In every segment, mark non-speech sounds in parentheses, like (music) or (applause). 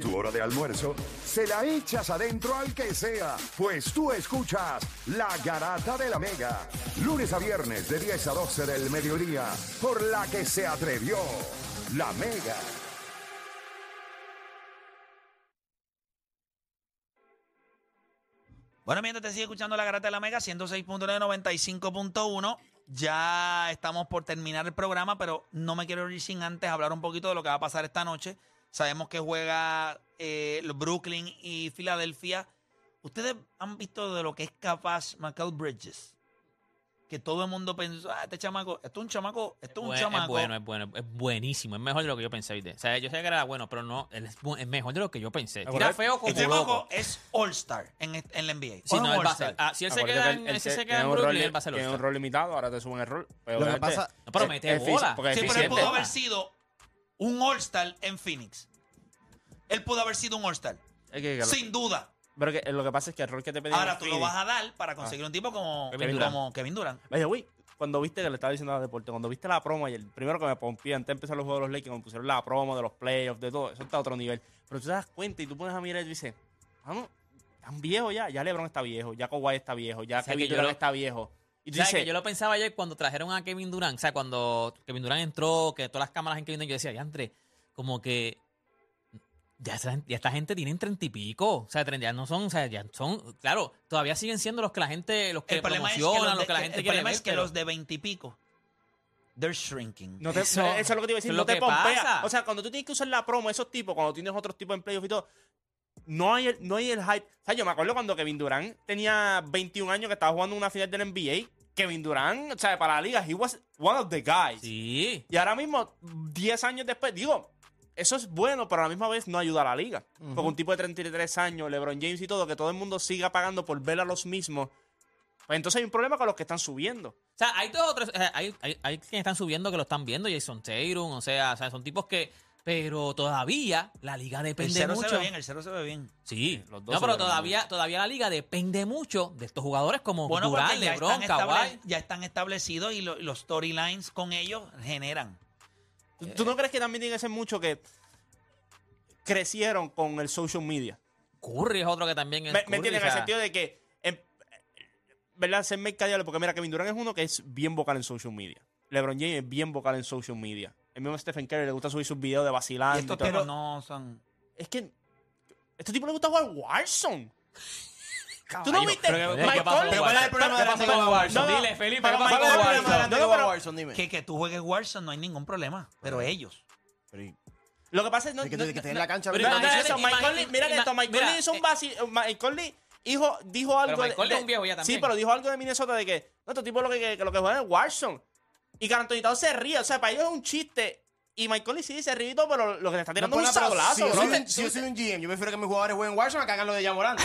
tu hora de almuerzo, se la echas adentro al que sea, pues tú escuchas La Garata de la Mega, lunes a viernes de 10 a 12 del mediodía, por la que se atrevió La Mega. Bueno, mientras te sigue escuchando la Garata de la Mega, 106.995.1. Ya estamos por terminar el programa, pero no me quiero ir sin antes hablar un poquito de lo que va a pasar esta noche. Sabemos que juega eh, los Brooklyn y Filadelfia. Ustedes han visto de lo que es capaz Michael Bridges. Que todo el mundo pensó, ah, este chamaco, esto es un chamaco, esto es un Buen- chamaco. Es bueno, es bueno, es buenísimo. Es mejor de lo que yo pensé, ¿viste? O sea, yo sé que era bueno, pero no, él es, bu- es mejor de lo que yo pensé. Tira Acuérdate- feo como este chamaco loco. es All-Star en, est- en la NBA. Sí, Fue un no, él va a All-Star. ser- ah, si él se Acuérdate queda que en, él- él se él queda tiene en un Brooklyn, rol- él va a ser Tiene un All-Star. rol limitado, ahora te suben el rol. Pero Lo que obviamente- pasa- No, pero es- mete es físico, bola. porque es Sí, pero él eficiente. pudo haber sido un All-Star en Phoenix. Él pudo haber sido un All-Star. Es que- que- Sin duda. Pero que, lo que pasa es que el rol que te Ah. pedían. Ahora en tú lo Phoenix- vas a dar para conseguir un tipo como Kevin como Durant. Kevin Durant. Me dije, uy, cuando viste que le estaba diciendo a Deporte, cuando viste la promo y el primero que me pompió antes de empezar los juegos de los Lakers, cuando pusieron la promo de los playoffs, de todo, eso está a otro nivel. Pero tú te das cuenta y tú pones a mirar y tú dices, vamos, tan viejo ya, ya LeBron está viejo, ya Kawhi está viejo, ya sea, Kevin que yo Durant lo- está viejo. Y tú ¿Sabes dices, que yo lo pensaba ayer cuando trajeron a Kevin Durant. O sea, cuando Kevin Durant entró, que todas las cámaras en Kevin Durant, yo decía, ya André, como que ya, esa gen- ya esta gente tiene treinta y pico. O sea, 30 ya no son, o sea, ya son, claro, todavía siguen siendo los que la gente, los que El problema es que, promocionan, los los de, que la gente el quiere problema ver, es que pero- los de veintipico, they're shrinking. no te- eso- eso, es lo que te iba a decir, eso es no lo te que pompea. pasa. O sea, cuando tú tienes que usar la promo, esos tipos, cuando tienes otros tipos de playoffs y todo, no hay, el, no hay el hype. O sea, yo me acuerdo cuando Kevin Durant tenía 21 años que estaba jugando una final del NBA. Kevin Durant, o sea, para la liga, he was one of the guys. Sí. Y ahora mismo, 10 años después, digo, eso es bueno, pero a la misma vez no ayuda a la liga. Porque un tipo de 33 años, LeBron James y todo, que todo el mundo siga pagando por ver a los mismos. Pues entonces hay un problema con los que están subiendo. O sea, hay dos o tres. o sea, hay, hay, hay quienes están subiendo que lo están viendo, Jason Tatum, o sea, o sea, son tipos que. Pero todavía la liga el depende cero mucho. se ve bien, el cero se ve bien. Sí, los no, dos se pero ven bien. todavía, todavía la liga depende mucho de estos jugadores como Durán, ya LeBron, están estable- Kawhi. ya están establecidos y lo- y los storylines con ellos generan. ¿Tú, tú no crees que también tiene que ser mucho que crecieron con el social media? Curry es otro que también es. ¿Me, Curry, me entiendes? o En el sea, sentido de que, em, ¿verdad? Ser mercadeable, porque mira, Kevin Durant es uno que es bien vocal en social media. LeBron James es bien vocal en social media. El mismo Stephen Curry le gusta subir sus videos de Y vacilando. estos y todo. tipos no son. Es que a este tipo le gusta jugar Warzone. ¿Tú no Caballo, viste? pero ¿qué- qué Mike pasó Conley- con Warzone? Pero- ¿Qué pero- pasó pero- con Warzone? no, no, Dile, Felipe, pero ¿qué pasó Mike con Conley- Warzone? pero- ¿Dónde no, va pero- Warzone? Dime. Que, que tú juegues Warzone no hay ningún problema, pero ellos. Pero, y- Lo que pasa es no, que no- tú- que estés en no- la cancha, pero ¿verdad? imagínate eso, Imagínate, Mike Conley- mira ima- esto, Mike mira, Conley hizo un eh, vacío. Mike Conley hijo, dijo algo. Mike de- Conley es de- un viejo ya también. Sí, pero dijo algo de Minnesota de que no, este tipo lo que, que- que lo que juega es Warzone. Y que Anthony Towns se ríe. O sea, para ellos es un chiste. Y Mike Conley sí se ríe y todo, pero lo que le está tirando No, es un pero sablazo. Si yo bro. soy Te- un- si yo soy un GM, yo prefiero que mis jugadores jueguen Warzone a que hagan lo de (laughs) Yamorán.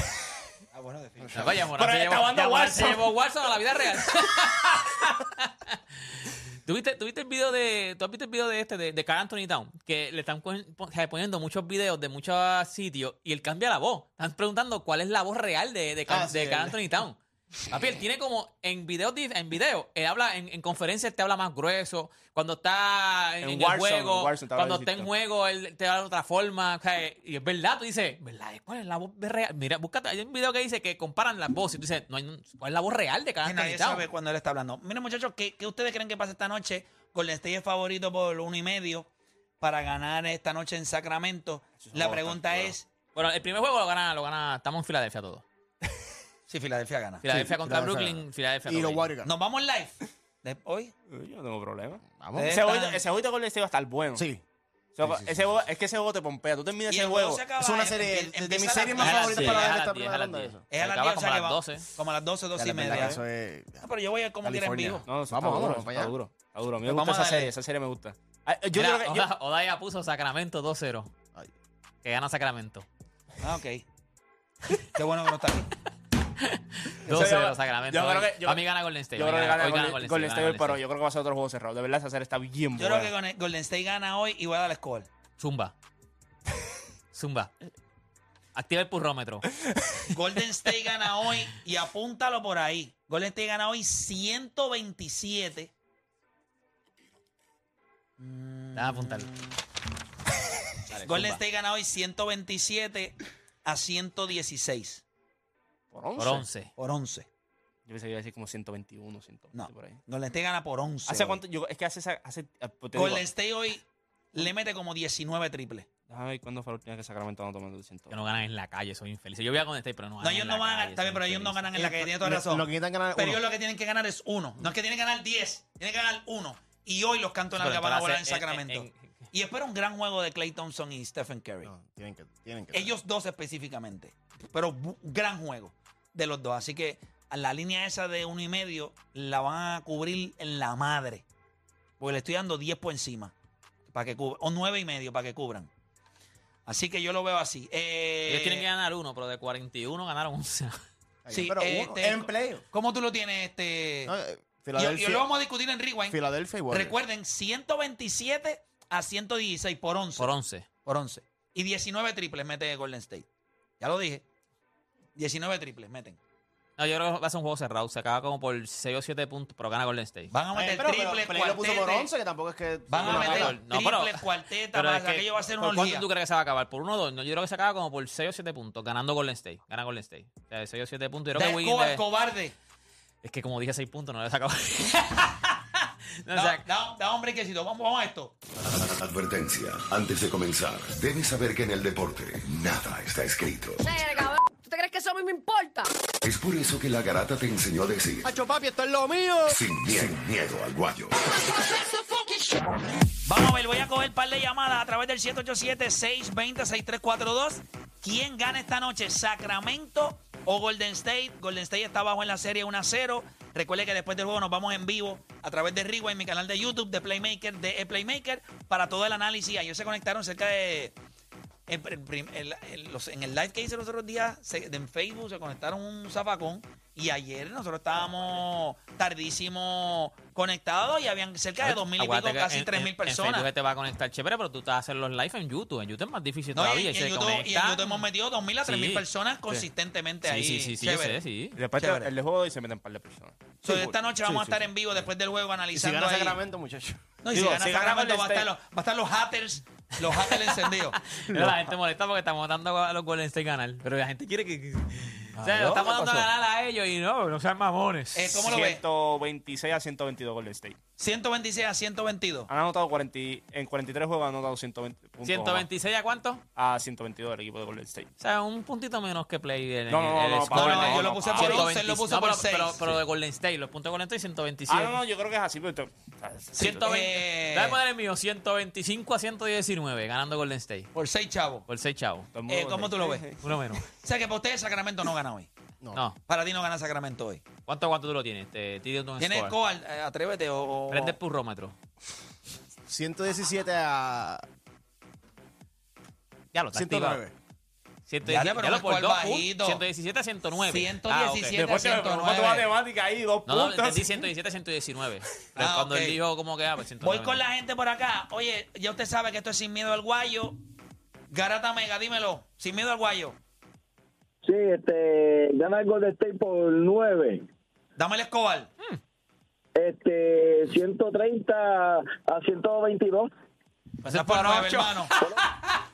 Ah, bueno, definitivamente. No, vaya, Morán Pero se está llevó- jugando ya Morán se Warzone. llevó Warzone a la vida real. (laughs) ¿Tuviste, el video de, ¿Tú has visto el video de este, de, de Carl Anthony Town? Que le están cogen- pon- eh, poniendo muchos videos de muchos sitios y él cambia la voz. Están preguntando cuál es la voz real de, de, Car- Ah, sí, de Karl el- Anthony Town. Papi, él tiene como en video, dif- en video, él habla, en, en conferencias te habla más grueso. Cuando está en, En en Warzone, el juego, en Warzone te habla cuando está en distinto. juego, él te habla de otra forma. o sea, y es verdad, tú dices, ¿verdad? ¿Cuál es la voz real? Mira, búscate, hay un video que dice que comparan las voces y tú dices, no, hay- ¿cuál es la voz real de cada Que nadie entrevistado? sabe cuando él está hablando. Miren, muchachos, ¿qué, qué ustedes creen que pasa esta noche? Golden State es favorito por uno y medio para ganar esta noche en Sacramento. Eso es La bastante pregunta bueno. es Bueno, el primer juego lo gana, lo gana, estamos en Filadelfia todos. si Filadelfia gana. Filadelfia contra Filadelfia Brooklyn, Filadelfia Y los todos. Warriors. Nos vamos live de hoy. Yo no tengo problema. Vamos. Eh, Ese Están- juego, ese juego de Golden State va a estar bueno. Sí. Ese juego- Sí, sí, sí, ese juego- Es que ese juego te pompea. Tú terminas Y ese el juego juego. se acaba Es una en- serie empie- de, de empieza mis a series las más diez, favoritas sí, es para a ver las diez, esta primera a las ronda. diez. eso. Es a las Acaba 10, o sea como a que las va- 12. Como a las 12, 12 La y verdad que media. eso es- Ah, pero yo voy a como California. quiera en vivo. No, eso Vamos, está vamos, duro, eso para está allá. duro. Está duro. A mí me Pues Nos gusta vamos esa a dar- serie. Esa serie me gusta. Ah, Yo Mira, creo que. yo- Oda- Odaya puso Sacramento 2-0, Ay. que gana Sacramento. Ah, ok. (laughs) Qué bueno que no está (laughs) aquí. 2-0 yo- Sacramento. yo creo hoy. que- yo- A mí gana Golden State. Yo hoy creo que gana hoy Golden Golden State hoy, gana pero Golden yo creo que va a ser otro juego cerrado. De verdad, esa serie está bien Yo buena. creo que Golden- Golden State gana hoy y voy a dar la score. State. (laughs) Zumba. Zumba. Activa el purrómetro. Golden State gana hoy y apúntalo por ahí. Golden State gana hoy 127. Déjame apuntarlo. Dale, Golden zumba. State gana hoy 127 a 116 Por 11. Por 11. por 11. Yo pensé que iba a decir como 121, 120 No. por ahí. Golden State gana por 11. ¿Hace hoy. cuánto? Yo, es que hace. esa- hace ah, pues te digo, Golden State hoy le mete como 19 triples. déjame ver cuándo fue la última que Sacramento no tomó el 200. Que no ganan en la calle, soy infeliz. Yo voy a contestar, pero no ganan. No, ellos en la no van a calle, ganar. Está soy bien, pero ellos no infeliz. ganan en la calle. Tiene toda la razón. Lo que necesitan ganar es Pero uno. ellos lo que tienen que ganar es uno. No es que tienen que ganar 10. Tienen que ganar uno. Y hoy los cantos en la Pero van a volar en entonces, en- Sacramento. en- Y espero un gran juego de Clay Thompson y Stephen Curry. No, tienen que, tienen que. Ellos dos específicamente. Pero bu- gran juego de los dos. Así que a la línea esa de uno y medio la van a cubrir en la madre. Porque le estoy dando 10 por encima. Para que cubran. O nueve y medio para que cubran. Así que yo lo veo así. Eh, Ellos tienen que ganar uno, pero de 41 ganaron 11. Está bien, sí, pero eh, uno, te- en playoff. ¿Cómo tú lo tienes, este? No, eh, yo, yo Filadelfia. lo vamos a discutir en Rewind. Filadelfia y Warriors. Recuerden, 127 a 116 por 11. (laughs) Por 11. por 11. Y 19 triples mete Golden State. Ya lo dije. 19 triples meten. No, yo creo que va a ser un juego cerrado. Se acaba como por 6 o 7 puntos, pero gana Golden State. Van a Oye, meter pero- pero triples, Play lo puso por cuartetes. 11, que tampoco es que. Van a No, meter pero- no, pero- triples, cuartetas. es más, que- Aquello va a ser una ¿por orgía. ¿Cuánto tú crees que se va a acabar? ¿Por uno o dos? No, yo creo que se acaba como por 6 o 7 puntos, ganando Golden State. Gana Golden State. O sea, 6 o 7 puntos. Yo creo Da que Wiggins escoba al debe- (laughs) cobarde. Es que como dije 6 puntos, no le he sacado. (laughs) no, Da, o sea, da- da hombre que si vamos, vamos a esto. Advertencia. Antes de comenzar, debes saber que en el deporte nada está escrito. Verga, cabrón. ¿Tú te crees que eso a mí me importa? Es por eso que la garata te enseñó a decir Hacho papi, esto es lo mío. sin miedo, sin miedo al guayo. Vamos a ver, voy a coger par de llamadas a través del 787-620-6342. ¿Quién gana esta noche? ¿Sacramento o Golden State? Golden State está abajo en la serie 1-0. Recuerde que después del juego nos vamos en vivo a través de Rewind, mi canal de YouTube, de Playmaker, de E Playmaker, para todo el análisis. Ayer se conectaron cerca de... En, prim- el- el- los- en el live que hice los otros días se- en Facebook se conectaron un zafacón y ayer nosotros estábamos tardísimo conectados y habían cerca de dos mil y pico, acuérdate que casi en- tres en- mil En personas. Facebook te va a conectar chévere, pero tú te vas a hacer los live en YouTube. En YouTube es más difícil No, y, todavía. y en se YouTube, y en conectan. YouTube hemos metido dos mil a tres mil Sí. personas Sí. consistentemente Sí, ahí. sí, sí, sí, yo chévere. sé, sí. Y después Chévere. el de juego y se meten un par de personas. So, esta noche vamos a estar en vivo después del juego Y si analizando. gana ahí. Sacramento, muchacho. No, y si Digo, gana si gana Sacramento va a, Golden estar los, va a estar los haters, los haters (laughs) encendidos. (laughs) Pero la gente molesta porque estamos dando a los Golden State ganar. Pero la gente quiere que. o sea, Ah, lo estamos ¿qué dando a pasó? ganar a ellos y no, no sean mamones. Eh, ¿Cómo lo ves? 126 a 122 Golden State. 126 a 122. Han anotado 40, y- en 43 juegos, han anotado 120 puntos. o más. 126 a cuánto? O A 122 el equipo de Golden State. sea, un puntito menos que Play. en- No, en no, el no, no, score. Pablo, no, yo lo no, puse Pablo. por 126. 11, él lo puso No, por pero, 6. pero, pero de Golden State, los puntos de Golden State 127. Ah, no, no, yo creo que es así, pero. te- Sí. 120. Eh. Dame poner el mío, 125 a 119, ganando Golden State. Por seis chavos. Por 6 chavos. pues, Todo el mundo Eh, ¿Cómo tú lo ves? Uno menos. O sea que para ustedes Sacramento no gana hoy. No. Para ti no gana Sacramento hoy. ¿Cuánto, cuánto tú lo tienes? Te, te un Tienes score. Coal, eh, atrévete o. o- Prende el purrómetro. 117 a Ya lo está activado. 109. 117, Ya, pero ya lo me por cuelgo dos puntos. bajito. 117 a 109. 117. Ah, ok. Después te me 109. preocupó tu matemática ahí, dos No, no, puntos. entendí 117 (laughs) a 119. Pero Ah, cuando ok. él dijo como que ah, pues Voy 109. con la gente por acá. Oye, ya usted sabe que esto es sin miedo al guayo. Garata Mega, dímelo. Sin miedo al guayo. Sí, este, gana el Golden State por 9. Dame el Escobar. Este, 130 a 122. Pues Esa Va a ser es por por nueve, 8. (laughs) hermano.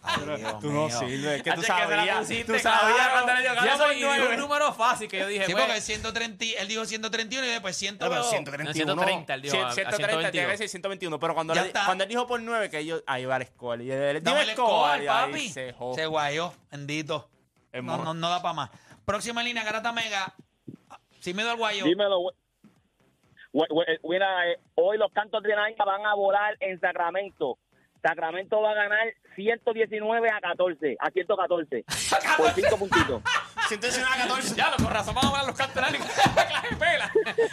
Ay, Dios Tú no mío. sirves, que tú Hacho, que se la sabías. pusiste, Tú sabías claro. cuando le Ya llegaron soy- por y dijo un 9. número fácil que yo dije. Sí, pues, porque el 130, él dijo 131 y después 120. 131. 130, él dijo. a- a 130, tiene que 122. decir 121. Pero cuando, Ya le- está. cuando él dijo por 9, que yo. Ahí va el score. Y él Dame dijo el Escobar, y ahí papi. Se Se, jodió. guayó, bendito. No, Hermoso. no, no da para más. Próxima línea, Garata Mega. Sin miedo al guayo. Dímelo, güey. Güey, güey, eh, mira, eh, hoy los cantos de Nike van a volar en Sacramento. Sacramento va a ganar 119 a 14, a 114, por (laughs) 5 puntitos. (laughs) 119 a 14. Ya, lo con razón vamos a hablar los cantonales.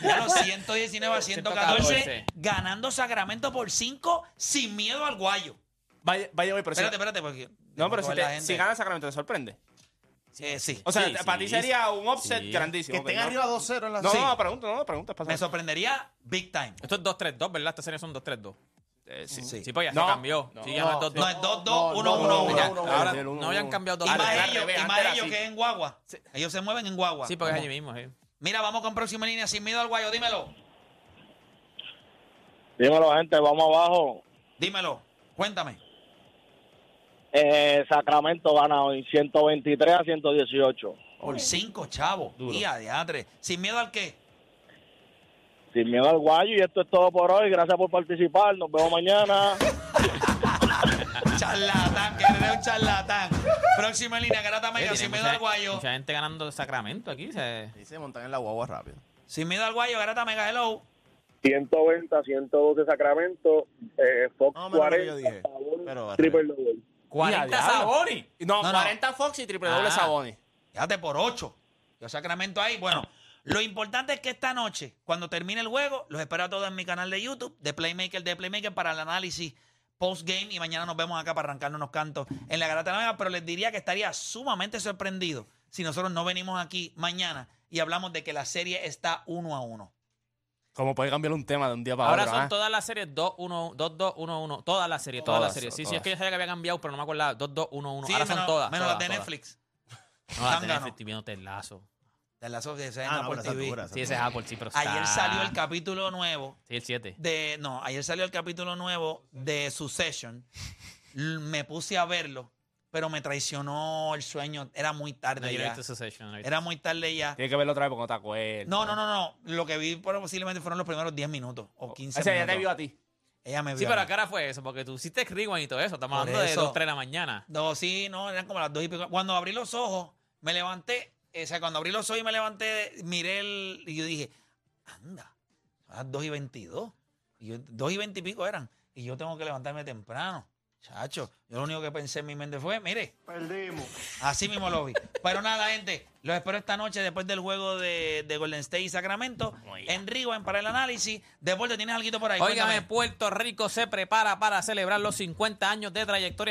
Ya los Pues, 119 a 114, 114. ganando Sacramento por 5 sin miedo al guayo. Vaya, vaya, güey, pero si- Espérate, espérate, porque. No, pero porque si, la te, gente- si gana Sacramento, te sorprende. Eh, sí. O sea, Sí, para sí. ti sería un offset Sí. Que grandísimo. ok, estén ¿no? arriba 2-0 en la No, Sí. no, no, pregunta, no, no, pregunta. pasa Me nada. sorprendería big time. Esto es 2-3-2, ¿verdad? Esta serie son 2-3-2. Eh, sí, Sí. sí. Sí, pues ya No, se cambió. no, sí, ya no es 2-2. No, es 2-2, 1-1. no, no, ya. no, no, Ahora, Ahora, el uno, no habían uno. cambiado Y dos. Antes era más al ellos, y revés, antes más era ellos así. que es en guagua. Ellos se mueven en guagua. Sí, porque es Vamos. allí mismo. sí. Mira, vamos con próxima línea. Sin miedo al guayo, dímelo. Dímelo, gente, vamos abajo. Dímelo. Cuéntame. Eh, Sacramento gana hoy 123 a 118. Por cinco, chavo. Día de atre. Sin miedo al qué. Sin miedo al guayo. Y esto es todo por hoy. Gracias por participar. Nos vemos mañana. Charlatán, que eres un charlatán. Próxima línea, Garata Eh, Mega, sin miedo al guayo. Mucha gente ganando de Sacramento aquí. Se... Y se montan en la guagua rápido. Sin miedo al guayo, Garata Mega, hello. 120 a 112 Sacramento. Eh, Fox No, menos lo que yo 40. dije. Sabor, Pero al triple revés. double. 40 diablo. Saboni. No, No, no. 40 Fox y triple doble Ah. Saboni. Fíjate, por 8. Yo Sacramento ahí. Bueno, lo importante es que esta noche, cuando termine el juego, los espero a todos en mi canal de YouTube, de Playmaker, de Playmaker, para el análisis post-game. Y mañana nos vemos acá para arrancarnos unos cantos en la Garata Nueva. Pero les diría que estaría sumamente sorprendido si nosotros no venimos aquí mañana y hablamos de que la serie está uno a uno. ¿Cómo puede cambiar un tema de un día para Ahora otro? son ah? todas las series 2-1, 2-2, 1-1. Todas las series, todas, las Todas, series. Sí, sí, todas. es que yo sabía que había cambiado, pero no me acordaba. 2-2, 1-1. Sí, Ahora menos, son todas. Menos las todas, de todas. Netflix. No, las de Zángano. Netflix, estoy viendo Telazo. De las sociedades en Ah, no, Apple pero esa TV. dura, esa Sí, ese es Apple, sí, pero Ayer está- salió el capítulo nuevo Sí, el 7. de. No, ayer salió el capítulo nuevo de Succession. L- Me puse a verlo, pero me traicionó el sueño. Era muy No, tarde yo no he ya. visto Succession. no he visto. Era muy tarde ya. Tienes que verlo otra vez porque no te acuerdas. No, no, no, no. Lo que vi por- posiblemente fueron los primeros 10 minutos o 15 Ese ya minutos. te vio a ti. Ella me vio. Sí, pero a ¿a mí. qué hora fue eso? Porque tú hiciste rewind y todo eso. Estamos Por hablando de eso. 2-3 de la mañana. No, sí, no, eran como las dos y pico. Cuando abrí los ojos, me levanté. O sea, cuando abrí los ojos y me levanté, miré el. Y yo dije, anda, son las dos y veintidós. Y yo, dos y veinte y pico eran. Y yo tengo que levantarme temprano. Chacho, yo lo único que pensé en mi mente fue, mire. Perdimos. Así mismo lo vi. Pero nada, gente, los espero esta noche después del juego de, de Golden State y Sacramento. En Rigoen para el análisis. Deporte, ¿tienes algo por ahí? Óigame, Cuéntame. Puerto Rico se prepara para celebrar los 50 años de trayectoria.